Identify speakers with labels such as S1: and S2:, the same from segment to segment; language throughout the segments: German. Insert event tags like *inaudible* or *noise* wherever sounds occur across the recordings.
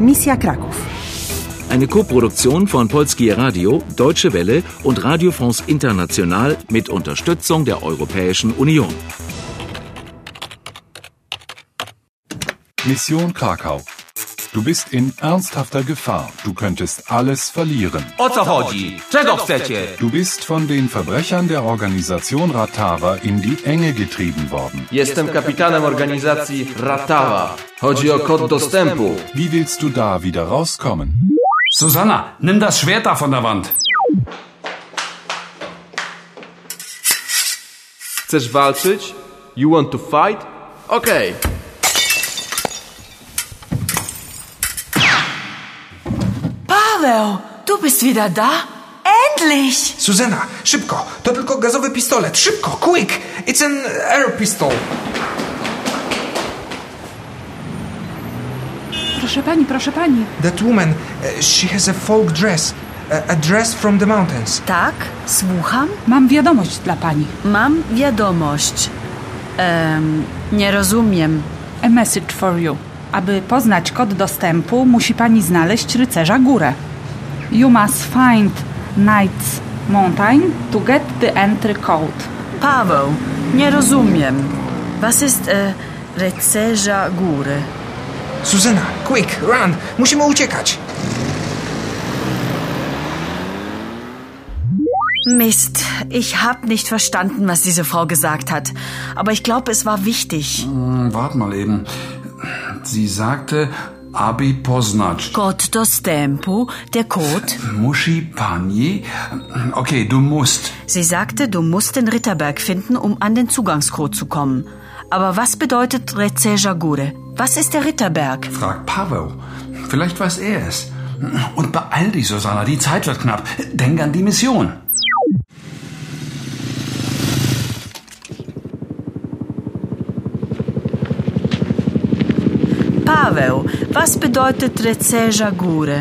S1: Misja Kraków.
S2: Eine Koproduktion von Polskie Radio, Deutsche Welle und Radio France International mit Unterstützung der Europäischen Union.
S3: Mission Krakau. Du bist in ernsthafter Gefahr. Du könntest alles verlieren.
S4: O co chodzi? Czego chcecie?
S3: Du bist von den Verbrechern der Organisation Ratava in die Enge getrieben worden.
S4: Jestem kapitanem organizacji Ratawa. Chodzi o kod dostępu.
S3: Wie willst du da wieder rauskommen?
S5: Susanna, nimm das Schwert da von der Wand.
S4: Chcesz walczyć? You want to fight? Okej.
S6: Paweł, du bist wieder da? Endlich!
S7: Susanna, szybko! To tylko gazowy pistolet! Szybko! Quick! It's an air pistol!
S8: Proszę pani, proszę pani.
S7: That woman, eh, she has a folk dress. A, a dress from the mountains.
S6: Tak, słucham.
S8: Mam wiadomość dla pani.
S6: Mam wiadomość. Em, nie rozumiem.
S8: A message for you. Aby poznać kod dostępu, musi pani znaleźć rycerza górę. You must find Knight's Mountain to get the entry code.
S6: Paweł, nie rozumiem. Was jest e, rycerza góry?
S7: Susanna, quick! Run! Musimy uciekać! *laughs*
S6: Mist, ich hab nicht verstanden, was diese Frau gesagt hat. Aber ich glaube, es war wichtig.
S5: Hm, wart mal eben. Sie sagte Abi Poznać.
S6: Kod dostępu, der Code.
S5: Muschi Pani? Okay, du musst.
S6: Sie sagte, du musst den Ritterberg finden, um an den Zugangscode zu kommen. Aber was bedeutet Rezeja Gure? Was ist der Ritterberg?
S5: Frag Pavel. Vielleicht weiß er es. Und beeil dich, Susanna, die Zeit wird knapp. Denk an die Mission.
S6: Paweł, was bedeutet Rezeja Gure?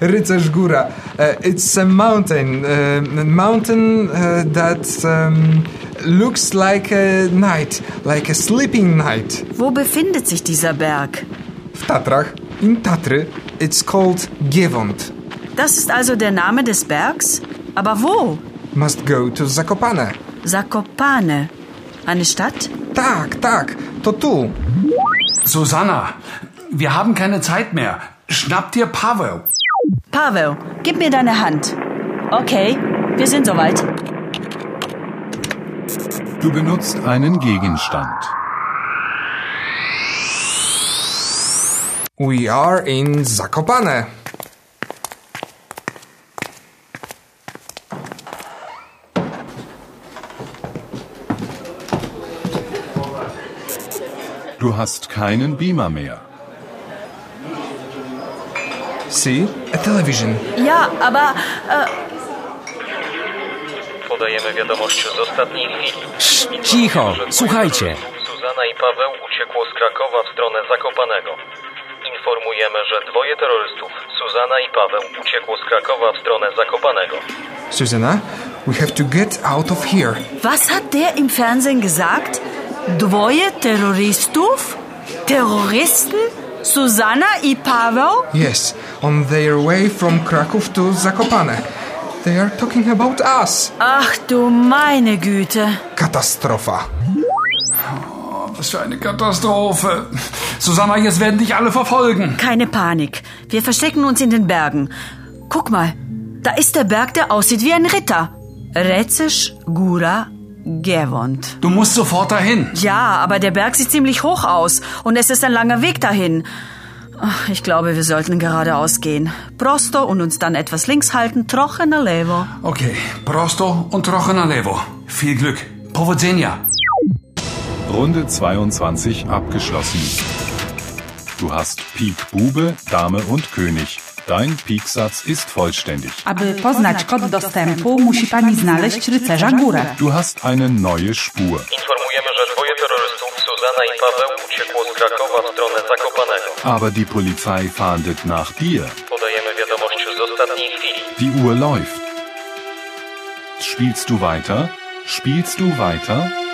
S7: Rycerz góra. Eh, it's a mountain. eh, mountain eh, that um, looks like a night. Like a sleeping night.
S6: Wo befindet sich dieser Berg?
S7: W Tatrach. In Tatry. It's called Giewont.
S6: Das ist also der Name des Bergs? Aber wo?
S7: Must go to Zakopane.
S6: Zakopane. Eine Stadt?
S7: Tak, tak. To tu.
S5: Susanna, wir haben keine Zeit mehr. Schnapp dir Pavel.
S6: Paweł, gib mir deine Hand. Okay, wir sind soweit.
S3: Du benutzt einen Gegenstand.
S7: We are in Zakopane.
S3: Du hast keinen Beamer mehr.
S7: See? A television.
S6: Ja, aber äh,
S9: Podajemy wiadomość z ostatniej chwili.
S10: Cicho, słuchajcie.
S9: Suzana i Paweł uciekło z Krakowa w stronę Zakopanego. Informujemy, że dwoje terrorystów, Suzana i Paweł, uciekło z Krakowa w stronę Zakopanego.
S7: Susanna, we have to get out of here.
S6: was hat der im Fernsehen gesagt? Dwoje terroristów? Terroristen? Susanna i Paweł?
S7: Yes, on their way from Kraków to Zakopane. They are talking about us.
S6: Ach du meine Güte.
S7: Katastrofa.
S5: Was für eine Katastrophe. Susanna, jetzt werden dich alle verfolgen.
S6: Keine Panik. Wir verstecken uns in den Bergen. Guck mal, da ist der Berg, der aussieht wie ein Ritter. Rezisch Gura Gewont.
S5: Du musst sofort dahin.
S6: Ja, aber der Berg sieht ziemlich hoch aus und es ist ein langer Weg dahin. Ach, Ich glaube, wir sollten geradeaus gehen. Prosto und uns dann etwas links halten. Trochener Levo.
S5: Okay, Prosto und Trochena Levo. Viel Glück. Powodzenia.
S3: Runde 22 abgeschlossen. Du hast Pik Bube, Dame und König. Dein Piksatz ist vollständig.
S8: Aby poznać kod dostępu, musi pani znaleźć rycerza górę.
S3: Du hast eine neue Spur.
S9: Informujemy, że dwoje terrorystów, Suzana i Paweł, uciekło z Krakowa w stronę Zakopanego.
S3: Aber die Polizei fahndet nach dir.
S9: Podajemy wiadomość z ostatniej chwili.
S3: Die Uhr läuft. Spielst du weiter? Spielst du weiter?